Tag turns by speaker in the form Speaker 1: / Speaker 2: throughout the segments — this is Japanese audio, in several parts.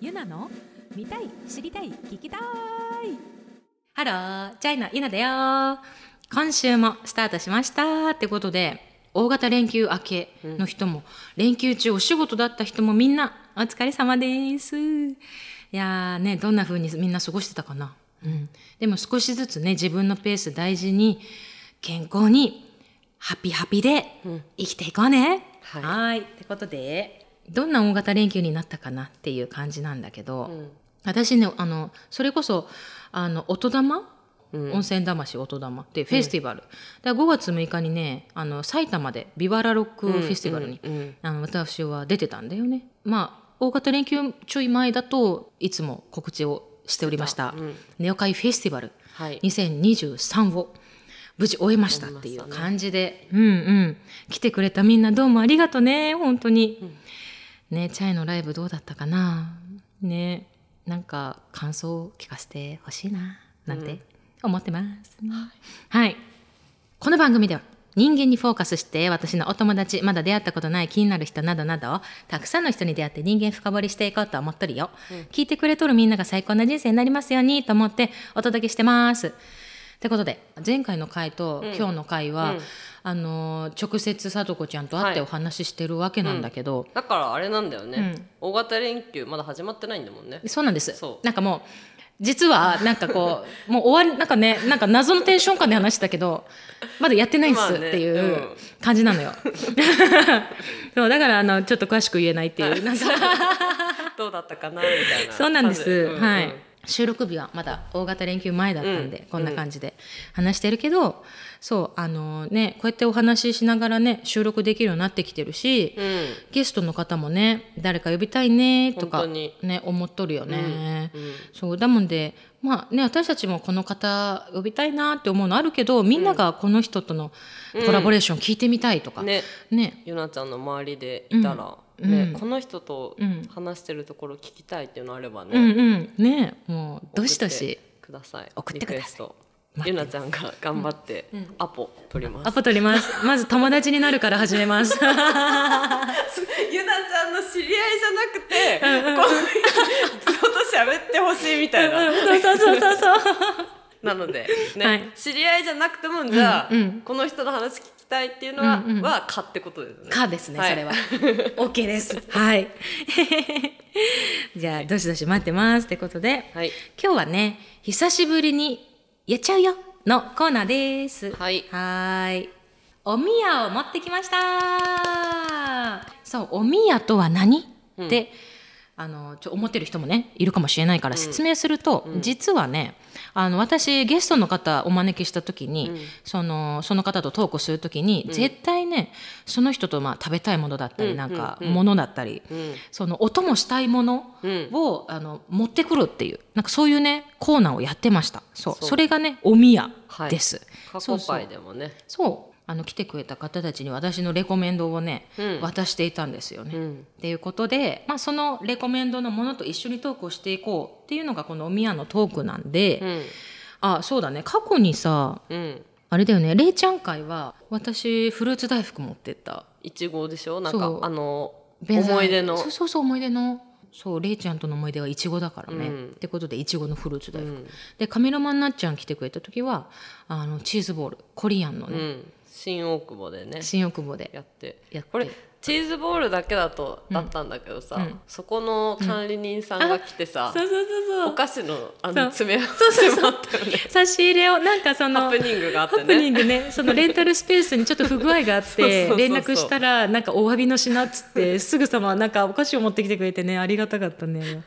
Speaker 1: ゆなの見たい知りたい聞きたいハローチャイナゆなだよ今週もスタートしましたってことで大型連休明けの人も、連休中お仕事だった人もみんなお疲れ様ですいやーねどんな風にみんな過ごしてたかな、うん、でも少しずつね自分のペース大事に健康にハピハピで生きていこうね、
Speaker 2: はい
Speaker 1: はいってことでどんな大型連休になったかなっていう感じなんだけど、私ねあのそれこそあの音玉、温泉魂音玉っていうフェスティバル、だから5月6日にねあの埼玉でビバラロックフェスティバルに、あの私は出てたんだよね。まあ大型連休ちょい前だといつも告知をしておりました「ネオカイフェスティバル
Speaker 2: はい
Speaker 1: 2023」を無事終えましたっていう感じで、うんうん来てくれたみんなどうもありがとね本当に。ねチャイのライブどうだったかなねなんか感想を聞かせてほしいななんて思ってます、はい、この番組では人間にフォーカスして私のお友達まだ出会ったことない気になる人などなどたくさんの人に出会って人間深掘りしていこうと思っとるよ、聞いてくれとるみんなが最高な人生になりますようにと思ってお届けしてますってことで前回の回と今日の回は、あのー直接さとこちゃんと会って
Speaker 2: は
Speaker 1: お話ししてるわけなんだけど、
Speaker 2: だからあれなんだよね、大型連休まだ始まってないんだも んね
Speaker 1: そうなんです
Speaker 2: そ。う
Speaker 1: なんかもう実はなんかこ うもう終わりなんかねなんか謎のテンション感で話してたけどまだやってないんです
Speaker 2: ま
Speaker 1: っ
Speaker 2: あね
Speaker 1: ていううん感じな のよ。そうだからあのちょっと詳しく言えないっていうなんか
Speaker 2: どうだったかなみたいな
Speaker 1: そうなんです。
Speaker 2: 感じ
Speaker 1: は
Speaker 2: うん
Speaker 1: い
Speaker 2: うん。
Speaker 1: 収録日はまだ大型連休前だったんで、
Speaker 2: うん
Speaker 1: こんな感じで話してるけど、そうあのねこうやってお話ししながらね収録できるようになってきてるし、
Speaker 2: うん
Speaker 1: ゲストの方もね誰か呼びたいねとか
Speaker 2: 本当に
Speaker 1: ね思っとるよね、
Speaker 2: うんうん
Speaker 1: そうだもんでまあね私たちもこの方呼びたいなって思うのあるけどみんながこの人とのコラボレーション聞いてみたいとか、
Speaker 2: ね
Speaker 1: ね
Speaker 2: ゆなちゃんの周りでいたら、
Speaker 1: うん
Speaker 2: ね
Speaker 1: うん
Speaker 2: この人と
Speaker 1: うん
Speaker 2: 話してるところ聞きたいっていうのあればね、
Speaker 1: うんうんねもうどしど
Speaker 2: 送っ
Speaker 1: して
Speaker 2: ください
Speaker 1: 送ってください
Speaker 2: リクエスト
Speaker 1: 待
Speaker 2: ゆ
Speaker 1: ってま
Speaker 2: なちゃんが頑張ってアポ取り ます、
Speaker 1: アポ取りますまず友達になるから始めます
Speaker 2: ゆなちゃんの知り合いじゃなくて、こういう 人と喋ってほしいみたいな。
Speaker 1: そうそうそうそうそう
Speaker 2: なので、ね
Speaker 1: はい
Speaker 2: 知り合いじゃなくても、じゃあ、
Speaker 1: うんうん
Speaker 2: この人の話聞きたいっていうのは、
Speaker 1: うんうん
Speaker 2: は、かってことですね。
Speaker 1: かですね、
Speaker 2: はい
Speaker 1: それは OK ですはい じゃあどしどし待ってますってことで
Speaker 2: はい。
Speaker 1: 今日はね久しぶりにやっちゃうよのコーナーです
Speaker 2: はい
Speaker 1: ーいおみやを持ってきましたそうおみやとは何、ってあのちょ思ってる人もねいるかもしれないから説明すると、実はねあの私ゲストの方お招きした時に、そのその方とトークする時に、絶対ねその人とまあ食べたいものだったり、なんかものだったり、
Speaker 2: うん。
Speaker 1: その音もしたいもの
Speaker 2: うん
Speaker 1: を、あの持ってくるっていうなんかそういうねコーナーをやってましたそうそ
Speaker 2: そう
Speaker 1: れがねおみや
Speaker 2: はい
Speaker 1: です、
Speaker 2: 過
Speaker 1: そう
Speaker 2: 去
Speaker 1: そう
Speaker 2: 回でもね。
Speaker 1: そうあの来てくれた方たちに私のレコメンドをね、
Speaker 2: うん
Speaker 1: 渡していたんですよね、
Speaker 2: うん。
Speaker 1: っていうことで、まあ、そのレコメンドのものと一緒にトークをしていこうっていうのがこのおみやのトークなんで、
Speaker 2: うん。
Speaker 1: あそうだね過去にさ
Speaker 2: うん。
Speaker 1: あれだよねれいちゃん会は私フルーツ大福持ってった
Speaker 2: いちごでしょなん
Speaker 1: そう
Speaker 2: か、あの、
Speaker 1: 弁才
Speaker 2: 思い出の
Speaker 1: そう。そうそう思い出のそうレイちゃんとの思い出はいちごだからね、
Speaker 2: うん
Speaker 1: ってことでいちごのフルーツ大
Speaker 2: う
Speaker 1: 福、
Speaker 2: ん。
Speaker 1: でカメラマンなっちゃん来てくれた時はあのチーズボールコリアンの
Speaker 2: う
Speaker 1: ね、
Speaker 2: ん。新大久保でね。
Speaker 1: 新大久保で
Speaker 2: やって。
Speaker 1: やって
Speaker 2: これチーズボールだけだと、だったんだけどさ、
Speaker 1: うん
Speaker 2: そこの管理人さんが来てさ、
Speaker 1: そうそうそう
Speaker 2: お菓子のあの
Speaker 1: そ
Speaker 2: 詰め合わせもあったよね
Speaker 1: そう差し入れをなんかその
Speaker 2: ハプニングがあっ
Speaker 1: ハ
Speaker 2: て
Speaker 1: プニ
Speaker 2: ね
Speaker 1: ングねそのレンタルスペースにちょっと不具合 があっ
Speaker 2: そうそう
Speaker 1: て
Speaker 2: そうそう
Speaker 1: 連絡したらなんかお詫びの品っつってすぐさまなんかお菓子を持ってきてくれてねありがたかったね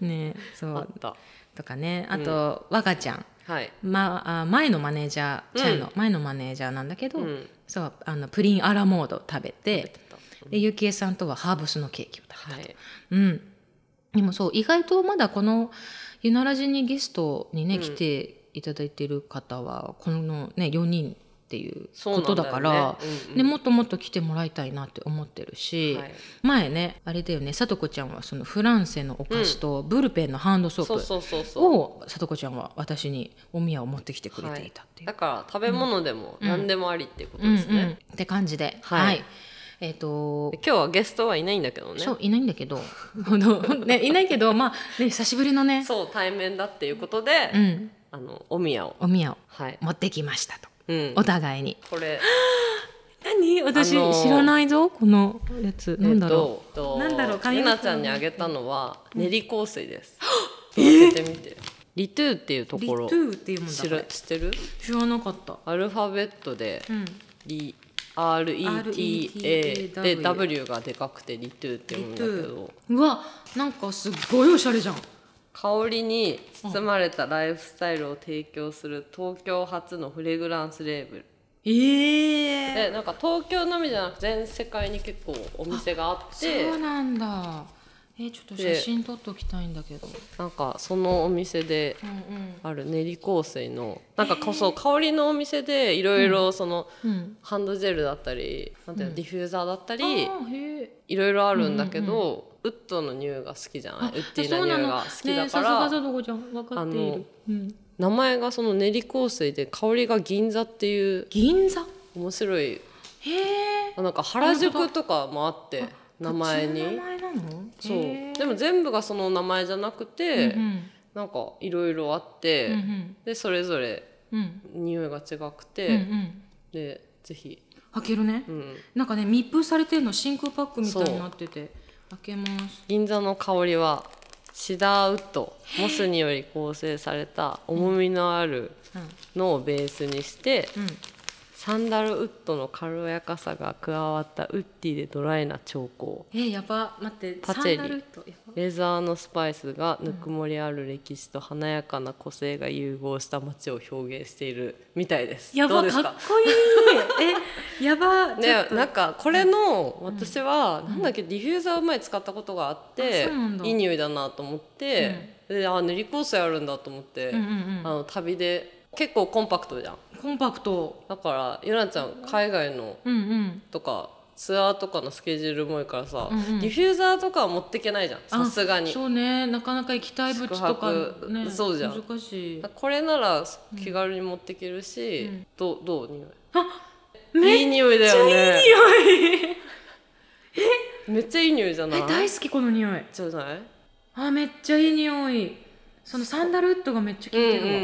Speaker 1: ねそ
Speaker 2: あ
Speaker 1: う
Speaker 2: った
Speaker 1: とかねあと、わがちゃん
Speaker 2: はい
Speaker 1: まあ、あ前のマネージャーチャイの前のマネージャーなんだけど、
Speaker 2: うん
Speaker 1: そうあのプリンアラモード食べて
Speaker 2: た
Speaker 1: でゆきえさんとはハーブスのケーキを食べた、
Speaker 2: はい
Speaker 1: うん、でもそう意外とまだこの「ゆならじ」にゲストにね、来ていただいてる方はこのね4人っていう
Speaker 2: そう
Speaker 1: こ
Speaker 2: なんだ
Speaker 1: と
Speaker 2: よね
Speaker 1: だから
Speaker 2: うんうん
Speaker 1: ねもっともっと来てもらいたいなって思ってるし、
Speaker 2: はい
Speaker 1: 前ねあれだよねさとこちゃんはそのフランセのお菓子とブルペンのハンドソープ、
Speaker 2: そうそうそうそう
Speaker 1: をさとこちゃんは私にお宮を持ってきてくれていたっていう。
Speaker 2: だから食べ物でも何でもありっていうこと
Speaker 1: うん
Speaker 2: です
Speaker 1: うん
Speaker 2: ね
Speaker 1: って感じで、
Speaker 2: はい
Speaker 1: えっ、と
Speaker 2: 今日はゲストはいないんだけどね
Speaker 1: そういないんだけど、 ほんとほんね、いないけどまあ、ね、久しぶりのね、
Speaker 2: そう対面だっていうことで、
Speaker 1: うん、
Speaker 2: あのお宮を
Speaker 1: お宮を
Speaker 2: はい、
Speaker 1: 持ってきましたと
Speaker 2: うん、
Speaker 1: お互いに
Speaker 2: これ
Speaker 1: 何私、
Speaker 2: あのー
Speaker 1: 知らないぞこのやつなんだろ
Speaker 2: えっと
Speaker 1: なんだろう紙
Speaker 2: ゆ
Speaker 1: の
Speaker 2: なちゃんにあげたのは練り香水です、届けてみてリトゥーっていうと
Speaker 1: う、
Speaker 2: ころ
Speaker 1: リトゥーっていうもんだ
Speaker 2: 知
Speaker 1: こ
Speaker 2: る
Speaker 1: れ
Speaker 2: 知ってる
Speaker 1: 知らなかった、
Speaker 2: アルファベットで
Speaker 1: うん、
Speaker 2: リ RETA で
Speaker 1: RETA
Speaker 2: W がでかくてリトゥーって読むんだけど
Speaker 1: うわなんかすごいおしゃれじゃん
Speaker 2: 香りに包まれたライフスタイルを提供する東京初のフレグランスレーブル
Speaker 1: ええ
Speaker 2: でなんか東京のみじゃなく全世界に結構お店があって
Speaker 1: そうなんだえー、ちょっと写真撮っときたいんだけど
Speaker 2: なんかそのお店で
Speaker 1: うんうん
Speaker 2: ある練り香水のなんかこそう香りのお店でいろいろその
Speaker 1: うん
Speaker 2: ハンドジェルだったりなんていうのディフューザーだった
Speaker 1: あ
Speaker 2: り
Speaker 1: ーへえ
Speaker 2: いろいろあるんだけどウッドの匂いが好きじゃないウッディーな匂いが好きだか
Speaker 1: ねえさすが
Speaker 2: ら
Speaker 1: さとこちゃん分かってい
Speaker 2: あ
Speaker 1: る
Speaker 2: の、
Speaker 1: うん、
Speaker 2: 名前がその練り香水で香りが銀座っていう
Speaker 1: 銀座
Speaker 2: 面白い
Speaker 1: へえ
Speaker 2: あなんか原宿とかもあって名前
Speaker 1: 土地の
Speaker 2: に
Speaker 1: 名前なの
Speaker 2: そう
Speaker 1: へー
Speaker 2: でも全部がその名前じゃなく
Speaker 1: うん
Speaker 2: てなんかいろいろあって
Speaker 1: うんうん
Speaker 2: でそれぞれ
Speaker 1: うんうん
Speaker 2: 匂いが違
Speaker 1: う
Speaker 2: く
Speaker 1: んう
Speaker 2: て
Speaker 1: ん
Speaker 2: でぜひ
Speaker 1: 開けるね
Speaker 2: うん
Speaker 1: なんかね密封されてるの真空パックみたいになってて開けます
Speaker 2: 銀座の香りはシダーウッドモスにより構成された重みのある
Speaker 1: う
Speaker 2: のをベースにして
Speaker 1: ん
Speaker 2: サンダルウッドの軽やかさが加わったウッディでドライな調香
Speaker 1: えー、やば待って
Speaker 2: パチェリ
Speaker 1: サンダルとやば
Speaker 2: レザーのスパイスがぬくもりある歴史と華やかな個性が融合した街を表現しているみたいです。
Speaker 1: や
Speaker 2: ど
Speaker 1: ば
Speaker 2: うです
Speaker 1: かっ
Speaker 2: か
Speaker 1: こい いえやばちょ
Speaker 2: ね
Speaker 1: っ、と
Speaker 2: なんかこれの私はなんだっけディフューザーを前使ったことがあって
Speaker 1: あそうなんだ
Speaker 2: いい匂いだなと思ってであ塗り香水あるんだと思って
Speaker 1: うんうん
Speaker 2: あ
Speaker 1: うん
Speaker 2: の旅で結構コンパクトじゃん
Speaker 1: コンパクト
Speaker 2: だからゆなちゃん海外の
Speaker 1: うんうん
Speaker 2: とかツアーとかのスケジュールも多いからさ
Speaker 1: うんうん
Speaker 2: ディフューザーとかは持ってけないじゃんさすがに
Speaker 1: そうねなかなか行きたい物とか
Speaker 2: 宿泊
Speaker 1: ね
Speaker 2: そうじゃん
Speaker 1: 難しい
Speaker 2: これなら気軽に持ってけるし、
Speaker 1: うん
Speaker 2: どうどう匂い
Speaker 1: めっ
Speaker 2: いい匂いだ
Speaker 1: ちゃ
Speaker 2: よ
Speaker 1: いい
Speaker 2: ね
Speaker 1: 匂い
Speaker 2: めっちゃいい匂いじゃない
Speaker 1: え大好きこの匂い
Speaker 2: じゃない
Speaker 1: あめっちゃいい匂いそのサンダルウッドがめっちゃ効
Speaker 2: うんうん
Speaker 1: いて
Speaker 2: う
Speaker 1: るわ、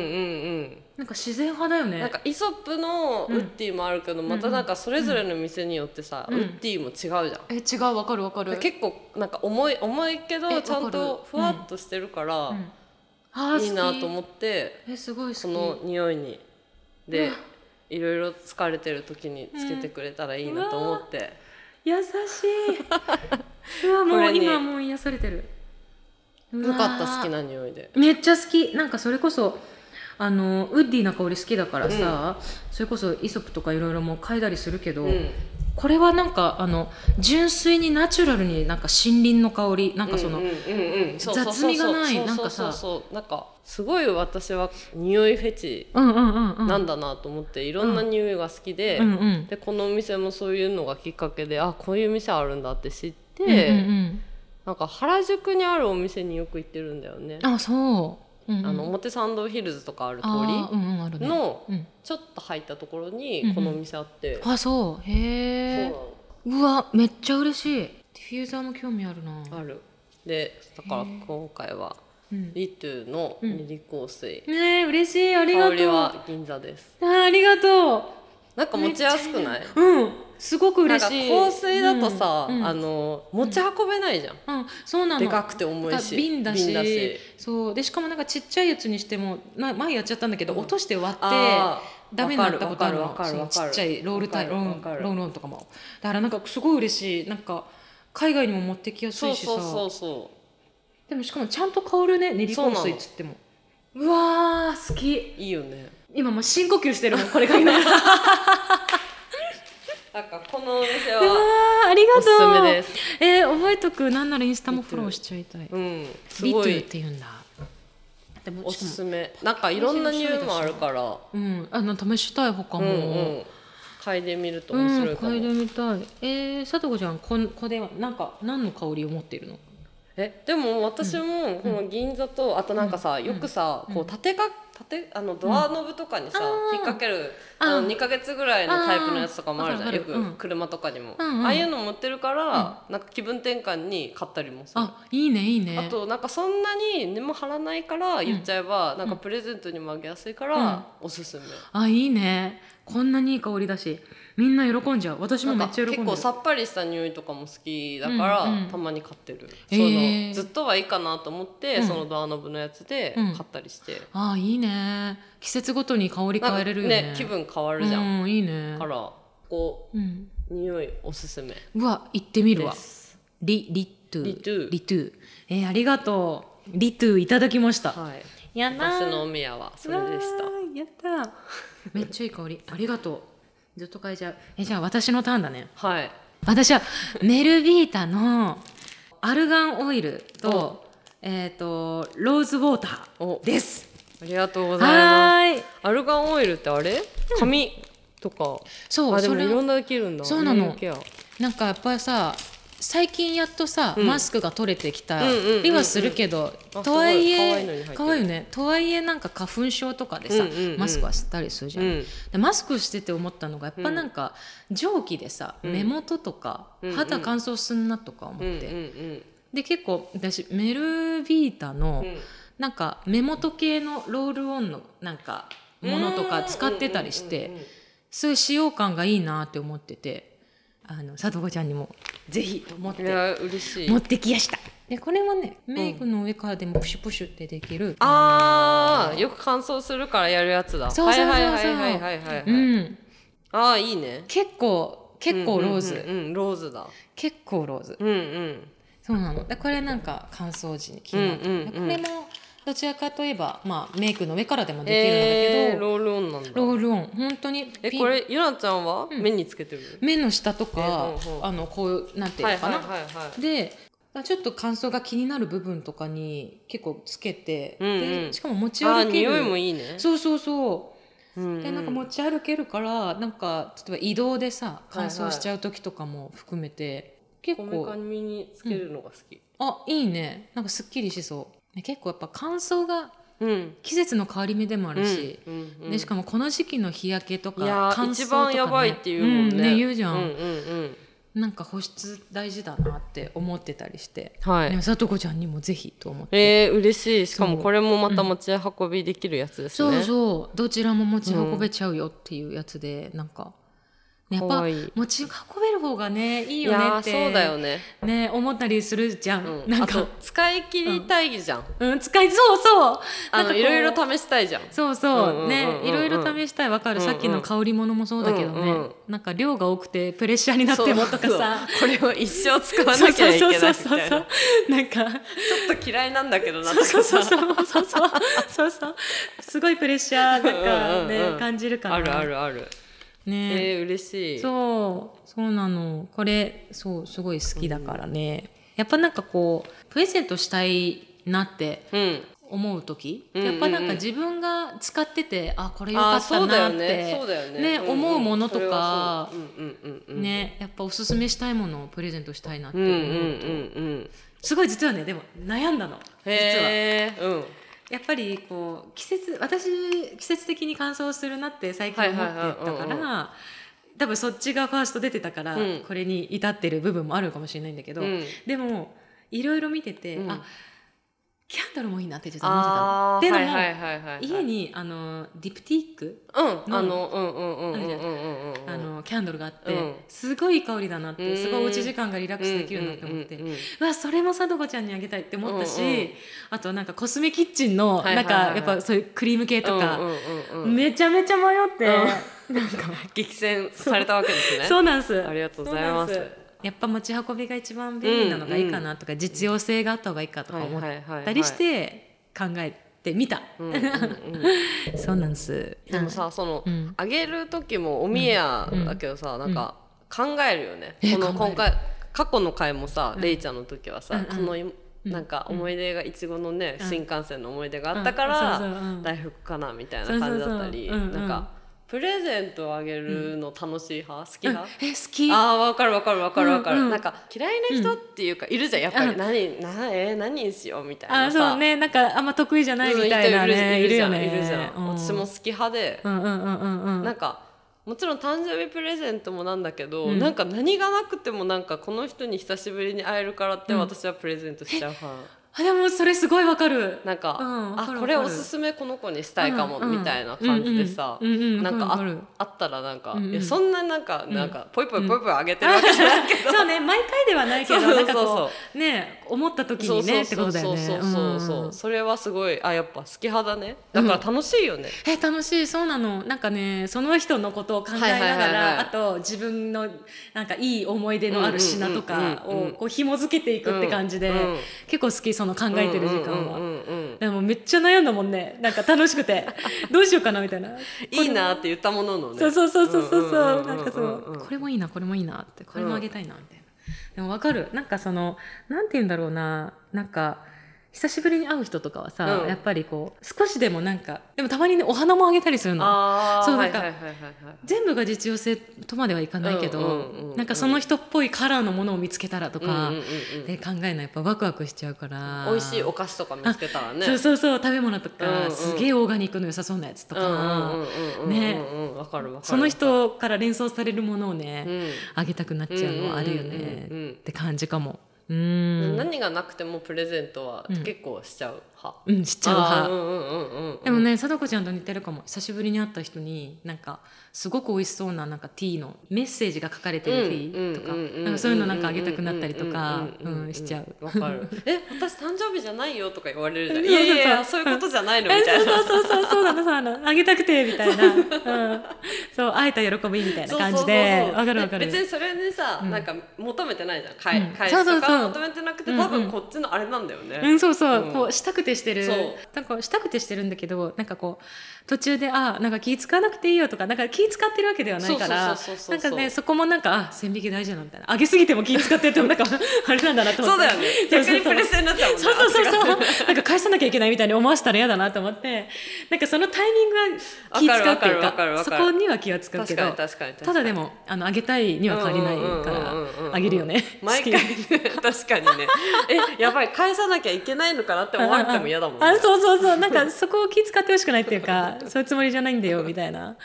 Speaker 2: ん
Speaker 1: なんか自然派だよ
Speaker 2: う
Speaker 1: ね
Speaker 2: んなんかイソップのウッディもあるけど、またなんかそれぞれの店によってさ、
Speaker 1: うん
Speaker 2: ウッディも違うじゃん、
Speaker 1: え違うわかるわかる
Speaker 2: 結構なんか重い重いけ
Speaker 1: え
Speaker 2: どちゃん
Speaker 1: わか
Speaker 2: と
Speaker 1: る
Speaker 2: ふわっとしてるから、
Speaker 1: うんあー
Speaker 2: いいなと
Speaker 1: 好
Speaker 2: 思って
Speaker 1: きえすごい好き
Speaker 2: その匂いにでいろいろ疲れてる時につけてくれたらいいなと思って、
Speaker 1: 優し いうわも
Speaker 2: こ
Speaker 1: う
Speaker 2: れに
Speaker 1: 今もう癒されてる
Speaker 2: よかった好き
Speaker 1: な
Speaker 2: な匂いで。
Speaker 1: めっちゃ好きなんかそれこそあのウッディな香り好きだからさ、それこそイソップとかいろいろもう嗅いだりするけど、
Speaker 2: うん
Speaker 1: これはなんかあの純粋にナチュラルになんか森林の香りなんかその、
Speaker 2: うんうんうんうんそうそうそう
Speaker 1: 雑味がない
Speaker 2: そう
Speaker 1: なんかさ
Speaker 2: そうそうそうなんかすごい私は匂いフェチ
Speaker 1: うん、うんうんうん
Speaker 2: なんだなと思って、いろんな匂いが好きで、
Speaker 1: うんうん
Speaker 2: でこのお店もそういうのがきっかけであこういう店あるんだって知って、
Speaker 1: うんうん
Speaker 2: なんか原宿にあるお店によく行ってるんだよね。
Speaker 1: うん、あそう、うんうん
Speaker 2: あの表参道ヒルズとかある通
Speaker 1: あーうんうんある
Speaker 2: り
Speaker 1: ね
Speaker 2: の
Speaker 1: うん、
Speaker 2: ちょっと入ったところ
Speaker 1: うんう
Speaker 2: に
Speaker 1: ん
Speaker 2: このお店あって、
Speaker 1: あそうへえ
Speaker 2: そう
Speaker 1: わめっちゃ嬉しいディフューザーも興味あるな
Speaker 2: うなのあるでだから
Speaker 1: へー
Speaker 2: 今回は
Speaker 1: うんね
Speaker 2: リトゥの練り香水、
Speaker 1: え嬉しいありが
Speaker 2: 香
Speaker 1: と
Speaker 2: り
Speaker 1: う
Speaker 2: は銀座です
Speaker 1: あーありがとう
Speaker 2: なんか持ちやすくない
Speaker 1: うんすごく
Speaker 2: なん
Speaker 1: 嬉
Speaker 2: か
Speaker 1: しい
Speaker 2: 香水だとさ、
Speaker 1: うんうん
Speaker 2: あの持ち運べないじゃん、
Speaker 1: うん、そうなの
Speaker 2: でかくて重いし
Speaker 1: 瓶だしそうでしかもなんかちっちゃいやつにしてもな前やっちゃったんだけど、
Speaker 2: うん
Speaker 1: 落として割って
Speaker 2: あー
Speaker 1: ダメになったことある
Speaker 2: わ
Speaker 1: の
Speaker 2: かるわかるわ
Speaker 1: そ
Speaker 2: か
Speaker 1: のち
Speaker 2: る
Speaker 1: っちゃいロールタイ
Speaker 2: わ
Speaker 1: ロー
Speaker 2: かるわ
Speaker 1: ン
Speaker 2: かる
Speaker 1: ロールオンとかもだからなんかすごい嬉しいなんか海外にも持ってきやす
Speaker 2: そう
Speaker 1: いしさ
Speaker 2: そうそうそ
Speaker 1: でもしかもちゃんと香るね練り香水っつってもうわー好き
Speaker 2: ういいよね
Speaker 1: 今もう深呼吸して るもんこれ嗅ぎながらうわ
Speaker 2: なんかこのお店は
Speaker 1: ーありがとう
Speaker 2: おすすめです
Speaker 1: えー覚えとくなんならインスタもフォローしちゃいたい
Speaker 2: うんす
Speaker 1: リト
Speaker 2: ご
Speaker 1: ゥっ
Speaker 2: い
Speaker 1: て言うんだでも
Speaker 2: おす
Speaker 1: しか
Speaker 2: すめなんかいろんな匂いもあるから
Speaker 1: もうんあの試したい他
Speaker 2: うん
Speaker 1: も、
Speaker 2: うん嗅いでみると
Speaker 1: う
Speaker 2: 面
Speaker 1: ん、
Speaker 2: 白いかも、
Speaker 1: 嗅いでみたい。えー、さとこちゃん、こん、これは、なんか、何の香りを持っているの。
Speaker 2: えでも私もこの銀座とあとなんかさよくさこう縦か縦あのドアノブとかにさ
Speaker 1: うんあー
Speaker 2: 引っ掛ける
Speaker 1: あー
Speaker 2: あの2ヶ月ぐらいのタイプのやつとかもあるじゃ
Speaker 1: あ
Speaker 2: ん
Speaker 1: ー
Speaker 2: よ
Speaker 1: わかるわかる
Speaker 2: く車とかにも
Speaker 1: うんうん
Speaker 2: ああいうの持ってるからなんか気分転換に買ったりもする。
Speaker 1: あいいねいいね
Speaker 2: あとなんかそんなに根も張らないから言っちゃえばなんかプレゼントにもあげやすいからおすすめ。
Speaker 1: あいいねこんなにいい香りだしみんな喜んじゃう私
Speaker 2: な
Speaker 1: も
Speaker 2: ん
Speaker 1: め
Speaker 2: か
Speaker 1: っちゃ喜んで
Speaker 2: 結
Speaker 1: る
Speaker 2: 構さっぱりした匂いとかも好きだから、
Speaker 1: うんうん
Speaker 2: たまに買ってる、
Speaker 1: へ
Speaker 2: そ
Speaker 1: ー
Speaker 2: のずっとはいいかなと思って、
Speaker 1: うん
Speaker 2: そのドアノブのやつで
Speaker 1: う
Speaker 2: 買
Speaker 1: ん
Speaker 2: ったりして、
Speaker 1: あいいね季節ごとに香り
Speaker 2: な
Speaker 1: 変
Speaker 2: んか
Speaker 1: えれるよね
Speaker 2: 気分変わるじゃん、
Speaker 1: うんいいね
Speaker 2: からこ
Speaker 1: うん
Speaker 2: う匂いおすすめ
Speaker 1: うわ行ってみる
Speaker 2: で
Speaker 1: わ
Speaker 2: す
Speaker 1: リリトゥ
Speaker 2: リトゥ
Speaker 1: リトゥえーありがとうリトゥいただきました、
Speaker 2: はい
Speaker 1: やったー
Speaker 2: 私のおみやはそれでした
Speaker 1: わーやったーめっちゃいい香りありがとうずっと嗅いじゃうえじゃあ私のターンだね
Speaker 2: はい
Speaker 1: 私はメルビータのアルガンオイルとえっ、とローズウォータ
Speaker 2: お
Speaker 1: ーです
Speaker 2: ありがとうございま
Speaker 1: はーい
Speaker 2: すアルガンオイルってあれ髪とか、
Speaker 1: そう
Speaker 2: あでも
Speaker 1: それ
Speaker 2: いろんなできるんだ
Speaker 1: そうなの
Speaker 2: ネイルケア
Speaker 1: なんかやっぱりさ最近やっとさ、
Speaker 2: うん
Speaker 1: マスクが取れてきた
Speaker 2: うんうんうんうん
Speaker 1: りはするけど、
Speaker 2: あ
Speaker 1: とはい
Speaker 2: すごい可愛いのに入って
Speaker 1: え
Speaker 2: る
Speaker 1: 可愛いよねとはいえなんか花粉症とかでさ、
Speaker 2: うんうんうん
Speaker 1: マスクはしたりするじゃ、
Speaker 2: うんん
Speaker 1: でマスクしてて思ったのがやっぱなんか、蒸気でさ
Speaker 2: うん
Speaker 1: 目元とか、
Speaker 2: うんうん
Speaker 1: 肌乾燥すんなとか思っ
Speaker 2: う
Speaker 1: て、
Speaker 2: んうん
Speaker 1: で結構私メルビータの、
Speaker 2: うん
Speaker 1: なんか目元系のロールオンのなんかものとか使ってたりして、
Speaker 2: うんうんうんうん
Speaker 1: そういう使用感がいいなって思っててあの佐藤子ちゃんにもぜひと思っ
Speaker 2: い
Speaker 1: て
Speaker 2: や嬉しい
Speaker 1: 持ってきやしたでこれはねメイクの上からでもプシュプシュってできる、
Speaker 2: あーよく乾燥するからやるやつだ
Speaker 1: そうそうそうそう
Speaker 2: はいはいはいはいはいはい、
Speaker 1: うん、
Speaker 2: ああいいね
Speaker 1: 結構結構ローズ、
Speaker 2: うんうんうんうんローズだ
Speaker 1: 結構ローズ
Speaker 2: うんうん
Speaker 1: そうなのでこれなんか乾燥時に気になって、
Speaker 2: うんうんうん
Speaker 1: でこれもどちらかといえば、まあ、メイクの上からでもできるんだ
Speaker 2: え
Speaker 1: け
Speaker 2: ー、
Speaker 1: ど、
Speaker 2: ロールオンなんだ
Speaker 1: ロールオン本当に
Speaker 2: え
Speaker 1: ピン
Speaker 2: これゆなちゃんは目につけてる、
Speaker 1: 目の下とか、
Speaker 2: えーほうほう
Speaker 1: あのこういうなんていう
Speaker 2: はい
Speaker 1: の
Speaker 2: は
Speaker 1: か
Speaker 2: い
Speaker 1: な、
Speaker 2: はいはい
Speaker 1: でちょっと乾燥が気になる部分とかに結構つけて、
Speaker 2: うんうん
Speaker 1: でしかも持ち
Speaker 2: あー
Speaker 1: 歩ける
Speaker 2: 匂いもいいね
Speaker 1: そうそうそうで
Speaker 2: で
Speaker 1: なんか持ち歩けるからなんか例えば移動でさ乾燥しちゃう時とかも含めて、
Speaker 2: こ
Speaker 1: 結
Speaker 2: めか
Speaker 1: 構
Speaker 2: みにつけるのが好き
Speaker 1: あいいねなんかすっきりしそうで結構やっぱ乾燥が
Speaker 2: うん
Speaker 1: 季節の変わり目でもあ
Speaker 2: うん
Speaker 1: るし、
Speaker 2: うんうん
Speaker 1: でしかもこの時期の日焼けと
Speaker 2: い
Speaker 1: か
Speaker 2: や
Speaker 1: 乾
Speaker 2: ー
Speaker 1: 燥
Speaker 2: 一
Speaker 1: とか、
Speaker 2: 番
Speaker 1: ね、
Speaker 2: やばいっていうもんね,、
Speaker 1: うん、ね言うじゃ、
Speaker 2: うんうんん
Speaker 1: なんか保湿大事だなって思ってたりして、
Speaker 2: うんはい
Speaker 1: でもさとこちゃんにもぜひと思って。
Speaker 2: えー、嬉しいしかも
Speaker 1: そう
Speaker 2: これもまた持ち運びできるやつですね、
Speaker 1: そうそうどちらも持ち運べちゃうよっていうやつで、なんか、ね、やっ
Speaker 2: か
Speaker 1: ぱ
Speaker 2: わいい
Speaker 1: 持ち運べる方がねいい
Speaker 2: い
Speaker 1: よね
Speaker 2: や
Speaker 1: っ
Speaker 2: ー
Speaker 1: て
Speaker 2: そうだよね、
Speaker 1: ね思ったりするじゃん、
Speaker 2: うん、
Speaker 1: なん
Speaker 2: あと
Speaker 1: か、
Speaker 2: 使い切りたいじゃん、
Speaker 1: うん、使いそうそう
Speaker 2: あ
Speaker 1: なんか
Speaker 2: の
Speaker 1: こう
Speaker 2: いろいろ試したいじゃん
Speaker 1: そうそう,、
Speaker 2: うんうんうんうん
Speaker 1: ねいろいろ試したいわかる、
Speaker 2: うんうん
Speaker 1: さっきの香り物もそうだけどね、
Speaker 2: うんうん
Speaker 1: なんか量が多くてプレッシャーになってもとかさ
Speaker 2: そうそうこれを一生使わ
Speaker 1: そう
Speaker 2: なき
Speaker 1: そ
Speaker 2: ゃ
Speaker 1: う
Speaker 2: いけ
Speaker 1: そう
Speaker 2: な
Speaker 1: そ
Speaker 2: いうみたいなち
Speaker 1: そ
Speaker 2: ょ
Speaker 1: うなんか
Speaker 2: っと嫌いなんだけどなと
Speaker 1: そう
Speaker 2: か
Speaker 1: そうそうそうそ
Speaker 2: さ
Speaker 1: うそうそうそうすごいプレッシャーなんかね、
Speaker 2: うんうんうん
Speaker 1: 感じるかな
Speaker 2: あるあるある
Speaker 1: ね
Speaker 2: えー、嬉しい
Speaker 1: そうそうなのこれそうすごい好きだからね、やっぱなんかこうプレゼントしたいなって
Speaker 2: うん
Speaker 1: 思う時、
Speaker 2: うんうんうん
Speaker 1: やっぱなんか自分が使っててあこれよか
Speaker 2: あー
Speaker 1: っ
Speaker 2: そ
Speaker 1: た
Speaker 2: う
Speaker 1: な
Speaker 2: だよ
Speaker 1: って
Speaker 2: ねそうだよねんん
Speaker 1: 思うものと
Speaker 2: それ
Speaker 1: か
Speaker 2: はそううんうんうんうん
Speaker 1: ねやっぱおすすめしたいものをプレゼントしたいなって
Speaker 2: うん
Speaker 1: 思
Speaker 2: うん
Speaker 1: う
Speaker 2: う
Speaker 1: と、
Speaker 2: ん
Speaker 1: すごい実はねでも悩んだの
Speaker 2: うん
Speaker 1: 実は。
Speaker 2: へえうん
Speaker 1: やっぱりこう季節私季節的に乾燥するなって最近
Speaker 2: は
Speaker 1: 思
Speaker 2: い
Speaker 1: って
Speaker 2: はいはい
Speaker 1: たか
Speaker 2: うん
Speaker 1: ら多分そっちがファースト出てたから、
Speaker 2: うん
Speaker 1: これに至ってる部分もあるかもしれないんだけど、
Speaker 2: うん
Speaker 1: でもいろいろ見てて、
Speaker 2: うん
Speaker 1: あキャンドルもいいなってちょっと思ってたの。っ
Speaker 2: あー
Speaker 1: ていうの
Speaker 2: は
Speaker 1: も、
Speaker 2: いはいはいはい
Speaker 1: 家にあのディプティック、
Speaker 2: うんあのうんうんうんうんうんうんうん
Speaker 1: あのキャンドルがあって、
Speaker 2: うん
Speaker 1: すごいいい香りだなって
Speaker 2: うん
Speaker 1: すごいおうち時間がリラックスできるなって思って。
Speaker 2: うんうんうんうん
Speaker 1: うわそれも貞子ちゃんにあげたいって思ったし、
Speaker 2: うんうん
Speaker 1: あとなんかコスメキッチンの
Speaker 2: はい
Speaker 1: な
Speaker 2: は
Speaker 1: ん
Speaker 2: いはいはい
Speaker 1: かやっぱそういうクリーム系とか、
Speaker 2: うんうん うんうん
Speaker 1: めちゃめちゃ迷って、なんか
Speaker 2: 激戦されたわけですね
Speaker 1: そうなんです
Speaker 2: ありがとうございます
Speaker 1: そうなんすやっぱ持ち運びが一番便利なのがいいかなとか、実用性があった方がいいかとか思っ
Speaker 2: はいはいはいはい
Speaker 1: たりして考えてみた、
Speaker 2: うんうんう ん
Speaker 1: そうなんです
Speaker 2: でもさその、
Speaker 1: うん
Speaker 2: あげる時もおみやだけどさ、なんか考えるよね、
Speaker 1: え
Speaker 2: この
Speaker 1: 考える
Speaker 2: 今回過去の回もさ、レイちゃんの時はさ、
Speaker 1: うんうん
Speaker 2: このいなんか思い出がいちごのね、
Speaker 1: うん
Speaker 2: 新幹線の思い出があったから、
Speaker 1: うんそうそううん
Speaker 2: 大福かなみたいな感じだったり、
Speaker 1: そうそうそううんうん
Speaker 2: なんかプレゼントをあげるの楽しい派、好き
Speaker 1: うん
Speaker 2: 派、
Speaker 1: え好き
Speaker 2: ああわかるわかるわかるわかる、
Speaker 1: うんうん
Speaker 2: なんか嫌いな人っていうかいるじゃんやっぱり、
Speaker 1: うん
Speaker 2: 何なえー何にしようみたい
Speaker 1: あ
Speaker 2: なさ
Speaker 1: そうねなんかあんま得意じゃない
Speaker 2: うん
Speaker 1: みたいな
Speaker 2: 人
Speaker 1: ねい
Speaker 2: いる
Speaker 1: る
Speaker 2: じゃ
Speaker 1: よ
Speaker 2: ん
Speaker 1: ね
Speaker 2: いるじゃん、
Speaker 1: うん
Speaker 2: 私も好き派で、
Speaker 1: うんうんうんうんうん
Speaker 2: なんかもちろん誕生日プレゼントもなんだけど、
Speaker 1: うん
Speaker 2: なんか何がなくてもなんかこの人に久しぶりに会えるからって
Speaker 1: うん
Speaker 2: 私はプレゼントしちゃう派、
Speaker 1: あでもそれすごいわかる
Speaker 2: なんか,、
Speaker 1: うんわかるわか
Speaker 2: あ
Speaker 1: る
Speaker 2: これおすすめこの子にしたいかも
Speaker 1: うんうん
Speaker 2: みたいな感じでさ、
Speaker 1: うんうん
Speaker 2: なん
Speaker 1: わ
Speaker 2: か
Speaker 1: か
Speaker 2: あ
Speaker 1: る
Speaker 2: あったらなんか、
Speaker 1: うんうん
Speaker 2: いやそんななんか、なんかぽいぽいぽいぽいあげてるわけじゃないけど、
Speaker 1: そうね毎回ではないけど
Speaker 2: そうそう
Speaker 1: な
Speaker 2: そう
Speaker 1: か
Speaker 2: ん
Speaker 1: こうね思った時にねってことだよね
Speaker 2: そうそうそうそう、
Speaker 1: うん
Speaker 2: それはすごいあやっぱ好き派だねだから楽しいよね、
Speaker 1: え楽しいそうなのなんかねその人のことを考えながら、
Speaker 2: はいはいはいはい
Speaker 1: あと自分のなんかいい思い出のある品とか
Speaker 2: うんうんうんう
Speaker 1: を
Speaker 2: ん
Speaker 1: こう紐づけていくって感じで、
Speaker 2: うんうん
Speaker 1: 結構好きその考えてる時間は。
Speaker 2: うんうんうんうん
Speaker 1: でもめっちゃ悩んだもんねなんか楽しく てどうしようかなみたいな。
Speaker 2: いいなって言ったもののね
Speaker 1: そうそうそうそうそうそう,、なんかそ
Speaker 2: うんうんうん
Speaker 1: うこれもいいなこれもいいなってこれもあげたいなみたいな、でもわかるなんかそのなんて言うんだろうななんか久しぶりに会う人とかはさ、
Speaker 2: うん
Speaker 1: やっぱりこう少しでもなんかでもたまにねお花もあげたりするの
Speaker 2: ああ
Speaker 1: そうなんか
Speaker 2: はいはいはいはいはい
Speaker 1: 全部が実用性とまではいかないけど、
Speaker 2: うんうんうんうん
Speaker 1: なんかその人っぽいカラーのものを見つけたらとか、
Speaker 2: うんうんうん
Speaker 1: で考えないやっぱワクワクしちゃうから
Speaker 2: うん美味しいお菓子とか見つけたらね
Speaker 1: そうそうそう食べ物とか、
Speaker 2: うんうん
Speaker 1: すげえオーガニックの良さそうなやつと
Speaker 2: うん
Speaker 1: か、
Speaker 2: うんうんうんうんうん
Speaker 1: ね
Speaker 2: うんわかるわかる
Speaker 1: その人から連想されるものをね、
Speaker 2: うん
Speaker 1: あげたくなっちゃうのはあるよね
Speaker 2: うんうんうんうん
Speaker 1: って感じかも。うーん。
Speaker 2: 何がなくてもプレゼントは
Speaker 1: うん
Speaker 2: 結構しちゃう派
Speaker 1: うん、しちゃう派。
Speaker 2: あーうんうんうんうん
Speaker 1: でもね、貞子ちゃんと似てるかも。久しぶりに会った人に、なんか、すごく美味しそうな、なんかティーの、メッセージが書かれてるティーとか、なんかそういうのなんかあげたくなったりとか、うん、しちゃう。
Speaker 2: わかるえ私誕生日じゃないよとか言われるじゃん い
Speaker 1: そうそ
Speaker 2: や
Speaker 1: う
Speaker 2: い
Speaker 1: そう
Speaker 2: やいやそういうことじゃないの
Speaker 1: え
Speaker 2: みたい
Speaker 1: そ
Speaker 2: な
Speaker 1: うそうそうそうそうなのそうなのあげたくてみたいな、 うん、そう会えた喜びみたいな感じでわかるわかる
Speaker 2: 別にそれにさ、
Speaker 1: ん
Speaker 2: なんか求めてないじゃん返,、
Speaker 1: うん
Speaker 2: 返
Speaker 1: そ
Speaker 2: し
Speaker 1: うそ
Speaker 2: と
Speaker 1: うそう
Speaker 2: か求めてなくて、
Speaker 1: うんうん
Speaker 2: 多分こっちのあれなんだよね、
Speaker 1: うん、そうそう、
Speaker 2: うん
Speaker 1: こうしたくてしてる
Speaker 2: そう
Speaker 1: なんかしたくてしてるんだけどなんかこう途中であなんか気使わなくていいよとかなんか気使ってるわけではないから
Speaker 2: そうそ
Speaker 1: な
Speaker 2: うそうそうんそう
Speaker 1: かねそこもなんかあ線引き大事だなみたいな上げすぎても気使ってても なんかあれなんだなと思
Speaker 2: そう
Speaker 1: って
Speaker 2: だよね逆にプレッシャーになっちゃうもんね
Speaker 1: そうそうそう
Speaker 2: あっちが
Speaker 1: そうそうなんか返さなきゃいけないみたいに思わせたら嫌だなと思ってなんかそのタイミングは気使うっていう
Speaker 2: わ
Speaker 1: か
Speaker 2: かるわかるわ
Speaker 1: そ
Speaker 2: かる
Speaker 1: こには気は使うけ
Speaker 2: 確
Speaker 1: ど
Speaker 2: かに確かに確かに
Speaker 1: ただでもあの上げたいには変わりないから
Speaker 2: うんうんうんうんうん
Speaker 1: 上げるよね
Speaker 2: 毎回ね確かにねえやばい返さなきゃいけないのかなって思われても嫌だもんね
Speaker 1: あそうそうそうなんかそこを気遣ってほしくないっていうか そういうつもりじゃないんだよみたいな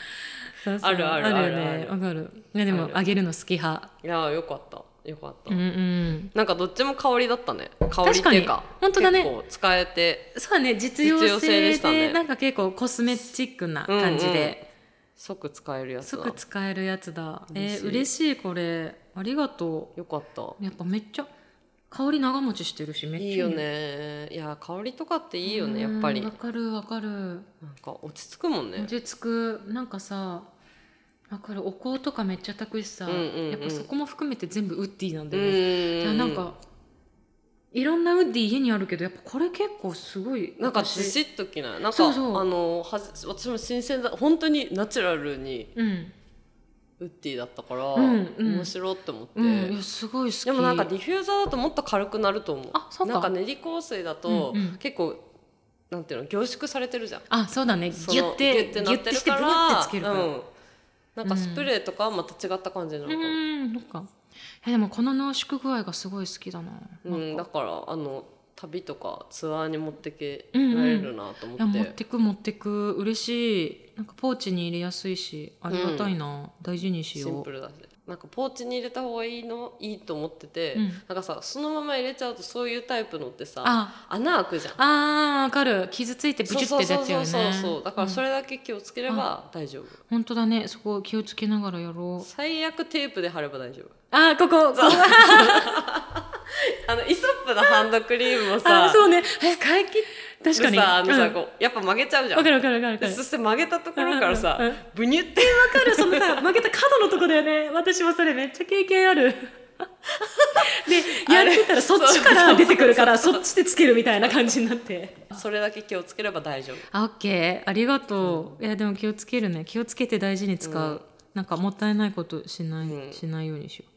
Speaker 1: そうそう
Speaker 2: あるある
Speaker 1: よね
Speaker 2: あるある
Speaker 1: わかるいやでも
Speaker 2: ある
Speaker 1: あげるの好き派
Speaker 2: いやよかったよかった、
Speaker 1: うんうん
Speaker 2: なんかどっちも香りだったね香りっていうか
Speaker 1: 確かに本当だね
Speaker 2: 結構使えて
Speaker 1: そうね実用性で
Speaker 2: 実用性でしたね
Speaker 1: なんか結構コスメチックな感じで、
Speaker 2: 即使えるやつだ
Speaker 1: 即使えるやつだ
Speaker 2: 嬉
Speaker 1: え
Speaker 2: しい
Speaker 1: ー嬉しいこれありがと
Speaker 2: よかった
Speaker 1: うやっぱめっちゃ香り長持ちしてるしめっちゃ
Speaker 2: いいよねいや香りとかっていいよねやっぱり
Speaker 1: うん
Speaker 2: な
Speaker 1: わ
Speaker 2: ん
Speaker 1: かるわかる
Speaker 2: か落ち着くもんね
Speaker 1: 落ち着くなんかさわかるお香とかめっちゃたくしさ、
Speaker 2: うんうんうん
Speaker 1: やっぱそこも含めて全部ウッディなん
Speaker 2: う
Speaker 1: だよね、いや
Speaker 2: ん
Speaker 1: なんかいろんなウッディ家にあるけどやっぱこれ結構すごい
Speaker 2: なんか
Speaker 1: 私
Speaker 2: ずしっときないなんか
Speaker 1: そうそう
Speaker 2: あのはじ私も新鮮だ本当にナチュラルに
Speaker 1: うん、
Speaker 2: ウッディだったから、
Speaker 1: うんうん
Speaker 2: 面白いって思って、
Speaker 1: うん、いやすごい好き
Speaker 2: でもなんかディフューザーだともっと軽くなると思う
Speaker 1: あそうか
Speaker 2: なんか練り香水だと、
Speaker 1: うんうん
Speaker 2: 結構なんていうの凝縮されてるじゃん
Speaker 1: あそうだねギ
Speaker 2: そ
Speaker 1: ュ
Speaker 2: の
Speaker 1: ッてギュッ
Speaker 2: ギ
Speaker 1: て
Speaker 2: ュッなってる
Speaker 1: して
Speaker 2: か
Speaker 1: ブ
Speaker 2: ら
Speaker 1: ワッてつけるから
Speaker 2: うん、なんかスプレーとかはまた違った感じなの
Speaker 1: う
Speaker 2: かも、
Speaker 1: んなんかえでもこの濃縮具合がすごい好きだな
Speaker 2: う
Speaker 1: なん
Speaker 2: ん、
Speaker 1: か
Speaker 2: だからあの旅とかツアーに持ってけられるなと
Speaker 1: い
Speaker 2: 思って、
Speaker 1: や持ってく持ってく嬉しいなんかポーチに入れやすいしありがたいな、大事にし
Speaker 2: シ
Speaker 1: よ
Speaker 2: ン
Speaker 1: う
Speaker 2: プルだしなんかポーチに入れた方がいいのいいと思ってて、
Speaker 1: うん
Speaker 2: なんかさそのまま入れちゃうとそういうタイプのってさ
Speaker 1: あ
Speaker 2: 穴開くじゃん
Speaker 1: あーわかる傷ついてブチュって出ちゃうよ
Speaker 2: そうそう
Speaker 1: ね
Speaker 2: そうそうだからそれだけ気をつければ大丈夫、
Speaker 1: 本当だねそこ気をつけながらやろう
Speaker 2: 最悪テープで貼れば大丈夫
Speaker 1: あーここここ
Speaker 2: あのイソップのハンドクリームも
Speaker 1: あ
Speaker 2: さ
Speaker 1: ーそうね
Speaker 2: 使い切っ
Speaker 1: 確かに
Speaker 2: さあのさ、
Speaker 1: うん
Speaker 2: こうやっぱ曲げちゃうじゃん
Speaker 1: わかるわかるわかるわか
Speaker 2: で
Speaker 1: る
Speaker 2: そして曲げたところからさ
Speaker 1: うんうんうん
Speaker 2: ブニュって
Speaker 1: わかるそのさ曲げた角のとこだよね私もそれめっちゃ経験あ るでやってたらそっちから出てくるからそっちでつけるみたいな感じになって
Speaker 2: それだけ気をつければ大丈夫
Speaker 1: あオッケーありがとう、いやでも気をつけるね気をつけて大事に使う、なんかもったいないことしない、
Speaker 2: うん
Speaker 1: しないようにしよう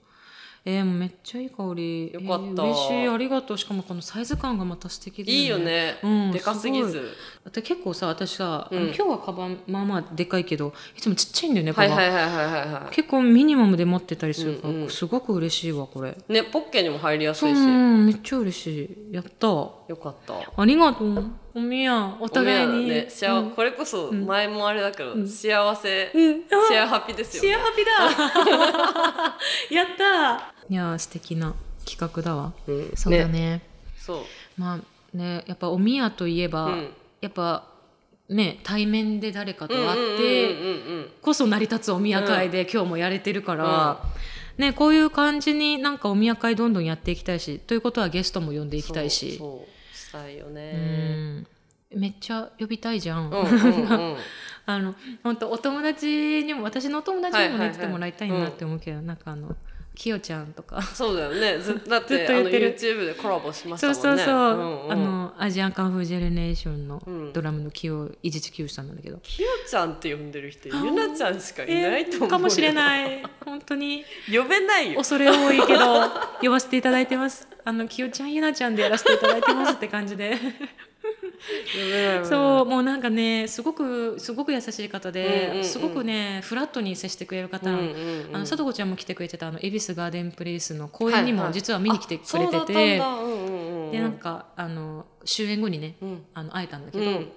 Speaker 1: えー、めっちゃいい香り。
Speaker 2: よかっ
Speaker 1: え
Speaker 2: た
Speaker 1: ー嬉しい、ありがとう。しかもこのサイズ感がまた素敵で、
Speaker 2: いいよ。ね、
Speaker 1: うん
Speaker 2: でかすぎ
Speaker 1: す
Speaker 2: ず
Speaker 1: あと結構さ、私さ、あの
Speaker 2: うん
Speaker 1: 今日はカバン、まあまあでかいけど、いつもちっちゃいんだよね、カ
Speaker 2: は
Speaker 1: バ
Speaker 2: い
Speaker 1: ン。
Speaker 2: はいはいはいはいは
Speaker 1: 結構ミニマムで持ってたりするから、
Speaker 2: うんうん
Speaker 1: すごく嬉しいわ、これ。
Speaker 2: いねポッケにも入りやす
Speaker 1: う
Speaker 2: いし、
Speaker 1: ん、めっちゃ嬉しい。やった。
Speaker 2: よかった
Speaker 1: ありがとう。おみや、お互い
Speaker 2: お
Speaker 1: に。
Speaker 2: めえらね幸
Speaker 1: うん
Speaker 2: これこそ前もあれだけど、幸せ、
Speaker 1: うん
Speaker 2: シェアハピです
Speaker 1: シェ
Speaker 2: よ
Speaker 1: アハピ だやったいやー素敵な企画だわ、
Speaker 2: うん
Speaker 1: そうだね
Speaker 2: そう
Speaker 1: まあねやっぱおみやといえば、
Speaker 2: うん
Speaker 1: やっぱね対面で誰かと会っ
Speaker 2: うん
Speaker 1: て
Speaker 2: うんうんうん
Speaker 1: こそ成り立つおみや会で、今日もやれてるから、ねこういう感じになんかおみや会どんどんやっていきたいしということはゲストも呼んでいきたいし
Speaker 2: そうそうしたいよ
Speaker 1: う
Speaker 2: ね
Speaker 1: んめっちゃ呼びたいじゃん、
Speaker 2: うんうんうん
Speaker 1: あの本当お友達にも私のお友達にもね、
Speaker 2: はいはいはい
Speaker 1: 来てもらいたいなって思うけど、なんかあのきよちゃんと か、
Speaker 2: そうだよねずだっ
Speaker 1: ず
Speaker 2: て
Speaker 1: っ
Speaker 2: あ
Speaker 1: と
Speaker 2: の
Speaker 1: 言ってる
Speaker 2: YouTube でコラボしました
Speaker 1: そ
Speaker 2: も
Speaker 1: うん
Speaker 2: ね
Speaker 1: そうそう、
Speaker 2: んうん、
Speaker 1: あのアジアンカンフージェネレーションの
Speaker 2: うん
Speaker 1: ドラムのきよ伊地知きよしさんなんだけど、
Speaker 2: きよちゃんって呼んでる人ゆなちゃんしかいないと思うよ、
Speaker 1: かもしれない本当に
Speaker 2: 呼べないよ
Speaker 1: 恐れ多いけど呼ばせていただいてますあのきよちゃんゆなちゃんでやらせていただいてますって感じで
Speaker 2: 呼べない
Speaker 1: そううもうなんかねすごくすごく優しい方で、
Speaker 2: うんうんうん
Speaker 1: すごくねフラットに接してくれる方
Speaker 2: ん
Speaker 1: な
Speaker 2: う
Speaker 1: の、
Speaker 2: んうん
Speaker 1: あの佐藤子ちゃんも来てくれてたあの恵比寿ガーデンプレイスの公演に
Speaker 2: はいは
Speaker 1: も
Speaker 2: い
Speaker 1: 実は見に来てくれ
Speaker 2: そうだ
Speaker 1: て、
Speaker 2: ってたんだうんうんうん
Speaker 1: でなんかあの終演後にね
Speaker 2: うん
Speaker 1: あの会えたんだけ
Speaker 2: う
Speaker 1: ど「
Speaker 2: ん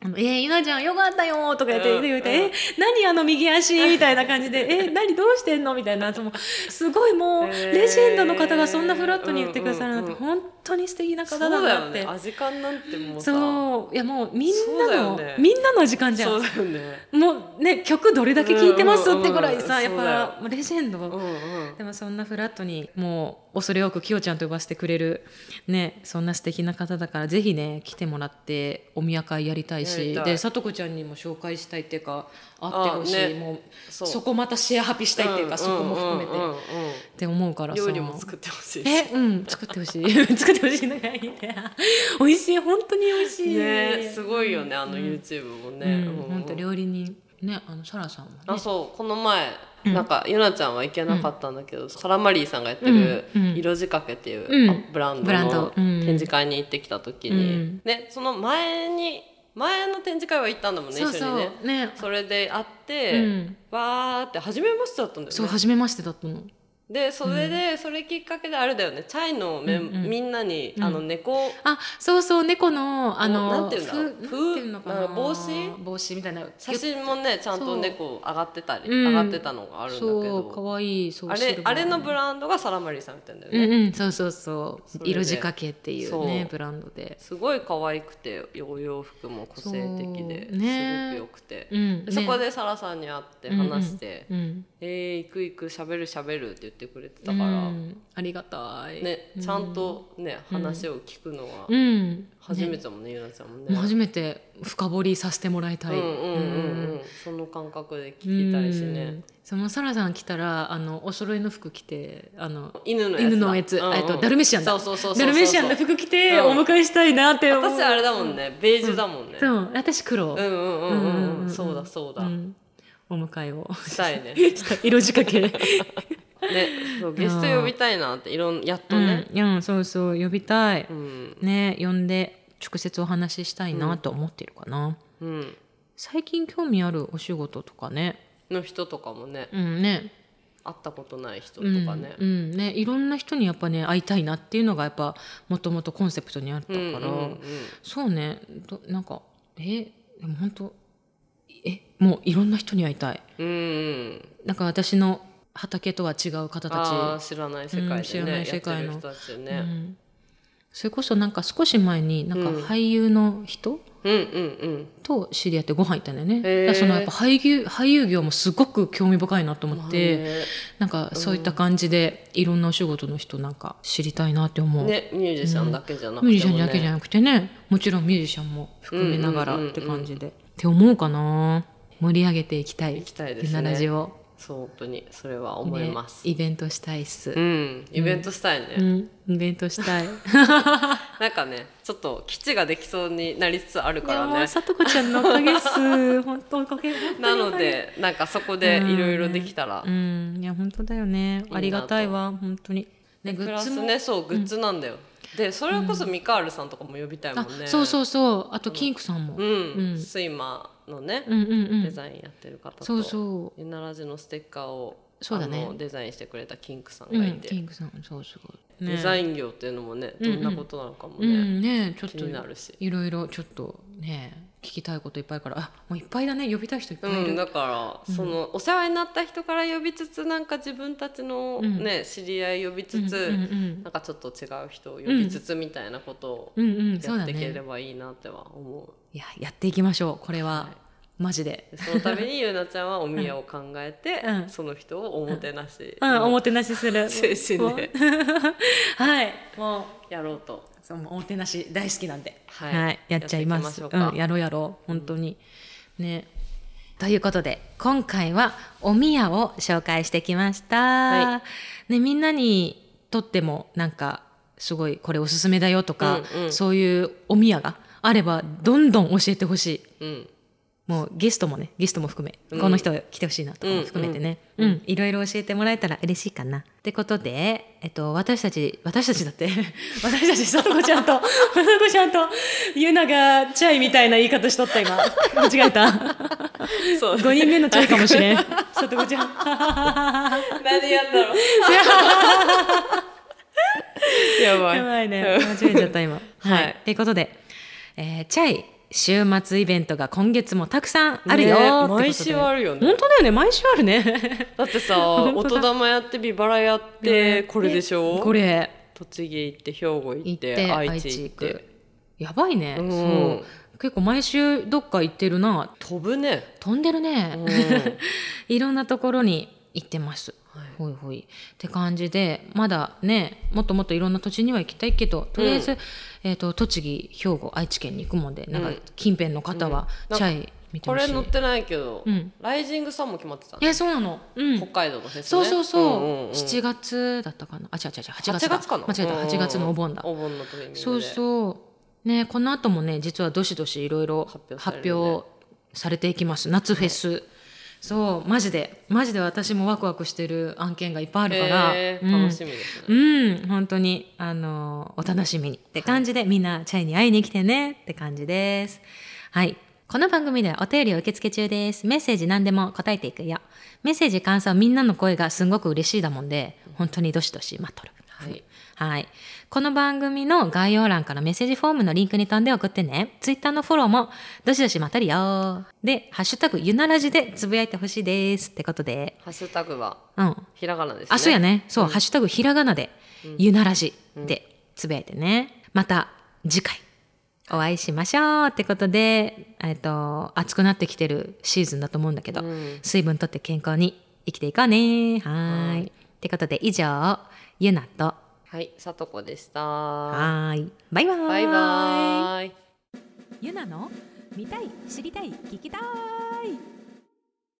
Speaker 1: あのえー、ゆなちゃんよかったよ」とか言って
Speaker 2: うん
Speaker 1: 言ってくれて
Speaker 2: うん
Speaker 1: え何あの右足」みたいな感じで「え何どうしてんの?」みたいなもうすごいもう
Speaker 2: へー
Speaker 1: レジェンドの方がそんなフラットに言ってくださるなんて
Speaker 2: うん
Speaker 1: 本当に素敵な
Speaker 2: そう
Speaker 1: 方だ
Speaker 2: だ
Speaker 1: な
Speaker 2: よ
Speaker 1: って
Speaker 2: ね。味感なんてもうさ
Speaker 1: そういやもうみん
Speaker 2: そうだ
Speaker 1: な
Speaker 2: よ
Speaker 1: の、
Speaker 2: ね
Speaker 1: みんなの時間じゃ
Speaker 2: そ
Speaker 1: ん
Speaker 2: うだよね
Speaker 1: もうね曲どれだけ聴いてますってぐらいさ、
Speaker 2: うんうんうんうん
Speaker 1: やっぱもうレジェンド、
Speaker 2: うんうん
Speaker 1: でもそんなフラットにもう恐れ多くきよちゃんと呼ばせてくれるねそんな素敵な方だからぜひね来てもらってお宮会やりたい
Speaker 2: や
Speaker 1: し
Speaker 2: りたい
Speaker 1: でさとこちゃんにも紹介したいっていうか会ってほしい、
Speaker 2: あね
Speaker 1: もう
Speaker 2: そ
Speaker 1: そうこまたシェアハピしたいっていうか、
Speaker 2: ん
Speaker 1: そこも含めて、
Speaker 2: うんうん
Speaker 1: っ
Speaker 2: うん
Speaker 1: て思うからさ
Speaker 2: 料理も作ってほしいし
Speaker 1: えうん作ってほしい 作ってほしいのがいいね美味しい本当に美味しい
Speaker 2: ねすごいよねあの YouTube もね
Speaker 1: うん
Speaker 2: うんうん
Speaker 1: 本当料理人ねあのサラさんもね
Speaker 2: あそうこの前なんかゆなちゃんは行けなかったんだけどサラマリーさんがやってる
Speaker 1: うんうん
Speaker 2: 色仕掛けっていううんあブランド
Speaker 1: ブラン
Speaker 2: の
Speaker 1: ド
Speaker 2: 展
Speaker 1: うん
Speaker 2: 示会に行ってきた時
Speaker 1: う
Speaker 2: に
Speaker 1: ん
Speaker 2: ねその前に前の展示会は行ったんだもんね
Speaker 1: そう
Speaker 2: 一緒
Speaker 1: そ
Speaker 2: にね
Speaker 1: うね
Speaker 2: それで会っ
Speaker 1: う
Speaker 2: て
Speaker 1: ん
Speaker 2: わーって初めましてだったんだよ
Speaker 1: そう
Speaker 2: ね
Speaker 1: 初めましてだったの
Speaker 2: でそれでそれきっかけであれだよねチャイのメン
Speaker 1: うんうん
Speaker 2: みんなに
Speaker 1: うん
Speaker 2: あの猫
Speaker 1: あ、そうそう、猫の、あの、
Speaker 2: なんていうんだろう
Speaker 1: ふ
Speaker 2: ふ
Speaker 1: なんていうのか
Speaker 2: な
Speaker 1: な。
Speaker 2: んか帽子
Speaker 1: 帽子みたいな。
Speaker 2: 写真もねちゃん
Speaker 1: そ
Speaker 2: と
Speaker 1: う
Speaker 2: 猫上がってたり
Speaker 1: うん
Speaker 2: 上がってたのがあるんだけ
Speaker 1: そう、
Speaker 2: ど
Speaker 1: 可愛い、そう。
Speaker 2: あ
Speaker 1: シ
Speaker 2: れ
Speaker 1: ルバ
Speaker 2: あ
Speaker 1: ー
Speaker 2: れのブランドがサラマリーさんみたいなんだよね
Speaker 1: うんうん、そうそうそう
Speaker 2: それで
Speaker 1: 色仕掛けっていう
Speaker 2: そ
Speaker 1: ね
Speaker 2: う
Speaker 1: ブランドです
Speaker 2: ごい可愛くてお洋服も個性的で、
Speaker 1: そうね
Speaker 2: すごく良くて、
Speaker 1: うん
Speaker 2: でそこ
Speaker 1: ね
Speaker 2: でサラさんに会って話して「
Speaker 1: うん
Speaker 2: えー、行く行く喋る喋る」って言ってくれてたから、
Speaker 1: うんありがたい
Speaker 2: ね、ちゃんとね、話を聞くのは
Speaker 1: うん
Speaker 2: 初め
Speaker 1: ね
Speaker 2: てだもんねゆなちゃんもね。
Speaker 1: もう初めて深掘りさせてもらいたい
Speaker 2: うんうんうんうん、その感覚で聞きたいし
Speaker 1: う
Speaker 2: ね
Speaker 1: ん。そのサラさん来たらあのお揃いの服着てあの
Speaker 2: 犬のやつだ
Speaker 1: 犬のやつ、
Speaker 2: うんうん
Speaker 1: えっとダルメシアンだ
Speaker 2: そうそうそうそうそう
Speaker 1: ダルメシアンの服着て
Speaker 2: う
Speaker 1: お
Speaker 2: ん
Speaker 1: 迎えしたいなって思う、
Speaker 2: 私あれだもんね、ベージュだもんね。
Speaker 1: そう私黒、
Speaker 2: うんうんうんう
Speaker 1: うんうん
Speaker 2: ん
Speaker 1: う
Speaker 2: う、
Speaker 1: んん
Speaker 2: そうだそうだ。
Speaker 1: うんお迎えを
Speaker 2: したいね。
Speaker 1: した色仕掛け、
Speaker 2: ね、そうゲスト呼びたいなっていろんやっと
Speaker 1: うん
Speaker 2: ね。
Speaker 1: いやそうそう呼びたい、
Speaker 2: うん
Speaker 1: ね呼んで直接お話ししたいなと思ってるかな、
Speaker 2: うん、
Speaker 1: 最近興味あるお仕事とかね
Speaker 2: の人とかもね
Speaker 1: うんね
Speaker 2: 会ったことない人と
Speaker 1: うん
Speaker 2: かね
Speaker 1: う、んねいろんな人にやっぱね会いたいなっていうのがやっぱもともとコンセプトにあったから、
Speaker 2: うんうんうん
Speaker 1: そうねどなんかえでも本当えもういろんな人に会いたい
Speaker 2: うんうん
Speaker 1: なんか私の畑とは違う方たち
Speaker 2: あー知らない世
Speaker 1: う
Speaker 2: 界でね、
Speaker 1: ん知らない世界の
Speaker 2: やってる人たちよ
Speaker 1: う
Speaker 2: ね、
Speaker 1: んそれこそなんか少し前になんか俳優の人
Speaker 2: うん、うんうん
Speaker 1: と知り合ってご飯行ったんだよね、
Speaker 2: へー
Speaker 1: だからそのやっぱ俳優俳優業もすごく興味深いなと思って、なんかそういった感じでいろんなお仕事の人なんか知りたいなって思う、
Speaker 2: ねミュージシャンだけじゃなくても、
Speaker 1: ミ
Speaker 2: ね
Speaker 1: ュージシャンだけじゃなくてねもちろんミュージシャンも含めながらって感じで、って思うかな盛り上げていきたい
Speaker 2: 行きたいですね
Speaker 1: ゆなラジオ
Speaker 2: そう本当にそれは思います、
Speaker 1: ねイベントしたいっす
Speaker 2: う。んイベントしたいね、
Speaker 1: うん、イベントしたい。
Speaker 2: なんかねちょっと基地ができそうになりつつあるから
Speaker 1: いやもう
Speaker 2: ね
Speaker 1: さとこちゃんのおかげっ す。本当おかげ。本当に
Speaker 2: なのでなんかそこでいろいろできたら、
Speaker 1: うん、いや本当だよね。
Speaker 2: と
Speaker 1: ありがたいわ本当に。ねグ
Speaker 2: プ
Speaker 1: ッ
Speaker 2: ラ
Speaker 1: ズ
Speaker 2: ス
Speaker 1: も、
Speaker 2: ねそうグッズなんだよ、でそれこそミカールさんとかも呼びたいも
Speaker 1: あ
Speaker 2: んね
Speaker 1: そうそううそう。あとキンクさんも。う
Speaker 2: うんん、
Speaker 1: うん
Speaker 2: スイマーのね、
Speaker 1: うんうん。
Speaker 2: デザインやってる方と
Speaker 1: そうそう
Speaker 2: ゆならじのステッカーを
Speaker 1: そうだね
Speaker 2: あのデザインしてくれたキンクさん
Speaker 1: う
Speaker 2: がい
Speaker 1: ん、
Speaker 2: て、
Speaker 1: キングさん、そうすごい。
Speaker 2: デザ
Speaker 1: ン、
Speaker 2: イン業っていうのもねどんなことなのかも
Speaker 1: う
Speaker 2: ね、
Speaker 1: ん、ね、ちょっ
Speaker 2: 気
Speaker 1: と
Speaker 2: に。なるし、
Speaker 1: いろいろ、ちょっと、ね、聞きたいこといっぱいあるから、あ、もういっぱいだね、呼びたい人いっ
Speaker 2: う
Speaker 1: ぱいい
Speaker 2: ん、
Speaker 1: る。
Speaker 2: だから、そのお世話になった人から呼びつつなんか自分たちの
Speaker 1: うん
Speaker 2: ね、知り合い呼びつつ、
Speaker 1: うん、うん
Speaker 2: なんかちょっと違う人を呼びつつみたいなことを
Speaker 1: うん、うんうん、そ
Speaker 2: や
Speaker 1: う
Speaker 2: っ
Speaker 1: だ
Speaker 2: ていけれ
Speaker 1: ね。
Speaker 2: ばいいなっては思う。
Speaker 1: いや、やっていきましょう、これは
Speaker 2: は、
Speaker 1: マジで。
Speaker 2: でそのためにゆなちゃんはお宮を考え て、
Speaker 1: うん
Speaker 2: その人をおもてなし、
Speaker 1: うん、おもてなしす る。
Speaker 2: 精神で
Speaker 1: はい、もう、
Speaker 2: やろうと。
Speaker 1: そう、もうおもてなし大好きなんで。
Speaker 2: はい
Speaker 1: やっちゃいます。
Speaker 2: や
Speaker 1: う
Speaker 2: っていきましょうか
Speaker 1: ん、やろうやろう、本当に。ね。ということで、今回はお宮を紹介してきました。
Speaker 2: は
Speaker 1: ね、みんなにとっても、なんか、すごい、これおすすめだよとか、
Speaker 2: うんうん
Speaker 1: そういうお宮があれば、どんどん教えてほしい。
Speaker 2: うん、
Speaker 1: もうゲストもねゲストも含め、この人来てほしいなとかも含めてね、うんいろいろ教えてもらえたら嬉しいかな。ってことで、えっと、私たち私たちだって 私たちさとこちゃんと さとこちゃんとゆながチャイみたいな言い方しとった今間違えた
Speaker 2: そう
Speaker 1: 5人目のチャイかもしれん さとこちゃん。
Speaker 2: 何や んだろうやばい
Speaker 1: やばいね。間違えちゃった今。
Speaker 2: は
Speaker 1: はいい。ということで、えーチャイ週末イベントが今月もたくさんあるよってことで、
Speaker 2: ね毎週あるよね
Speaker 1: 本当だよね。毎週あるね。
Speaker 2: だってさ
Speaker 1: 本
Speaker 2: 音
Speaker 1: 当だ
Speaker 2: 玉やってビバラやってこれでしょ
Speaker 1: これ
Speaker 2: 栃木行って兵庫行
Speaker 1: 行
Speaker 2: っ
Speaker 1: ってて
Speaker 2: 愛
Speaker 1: 愛
Speaker 2: 知
Speaker 1: 知
Speaker 2: 行っ
Speaker 1: 行
Speaker 2: て
Speaker 1: く。やばいね。
Speaker 2: うん
Speaker 1: そう。結構毎週どっか行ってるな。
Speaker 2: 飛ぶね
Speaker 1: 飛んでるね。
Speaker 2: うん
Speaker 1: いろんなところに行ってます。
Speaker 2: はい
Speaker 1: ほいほいって感じでまだねもっともっといろんな土地には行きたいけどとりあえず、えー、と栃木兵庫愛知県に行くもんでなんか近辺の方は
Speaker 2: うん
Speaker 1: チャイ見て
Speaker 2: こ
Speaker 1: ほ
Speaker 2: れ
Speaker 1: しい、
Speaker 2: 載ってないけど
Speaker 1: うん
Speaker 2: ライジングさんも決まってたね
Speaker 1: えそうなの、うん
Speaker 2: 北、海道のフェスね
Speaker 1: そうそうそう,、
Speaker 2: んんん
Speaker 1: 7月だったかなあ違う違う違う8
Speaker 2: 8
Speaker 1: 月だ
Speaker 2: 月かな
Speaker 1: 間違えた
Speaker 2: うんうん
Speaker 1: 8月のお盆だ
Speaker 2: お盆のタイミングで
Speaker 1: そうそうねこの後もね実はどしどしいろいろ
Speaker 2: 発表されるね
Speaker 1: 発表されていきます夏フェス、そうマジでマジで私もワクワクしてる案件がいっぱいあるから、
Speaker 2: へー
Speaker 1: うん
Speaker 2: 楽しみですね
Speaker 1: うん、本当に、あのお楽しみにって感じで、みんなチャイに会いに来てねって感じです。はい。この番組ではお便りを受付中です。メッセージ何でも答えていくよ。メッセージ感想みんなの声がすごく嬉しいだもんで、本当にどしどし待っとる。
Speaker 2: はい
Speaker 1: はい。この番組の概要欄からメッセージフォームのリンクに飛んで送ってね。ツイッターのフォローもどしどし待っとるよ。で、ハッシュタグゆならじでつぶやいてほしいです。ってことで。
Speaker 2: ハッシュタグは
Speaker 1: うん。
Speaker 2: ひらがなですね
Speaker 1: あ、そうやね。そう、ハッシュタグひらがなで、ゆならじでつぶやいてね。また次回お会いしましょうってことで、えっと、暑くなってきてるシーズンだと思うんだけど、
Speaker 2: うん
Speaker 1: 水分とって健康に生きていこうね。はーい。ってことで以上、ゆなと、
Speaker 2: はいさとこでした
Speaker 1: はーい。バイバーイ。
Speaker 2: バイバーイ
Speaker 1: ゆなの見たい、知りたい、聞きたい。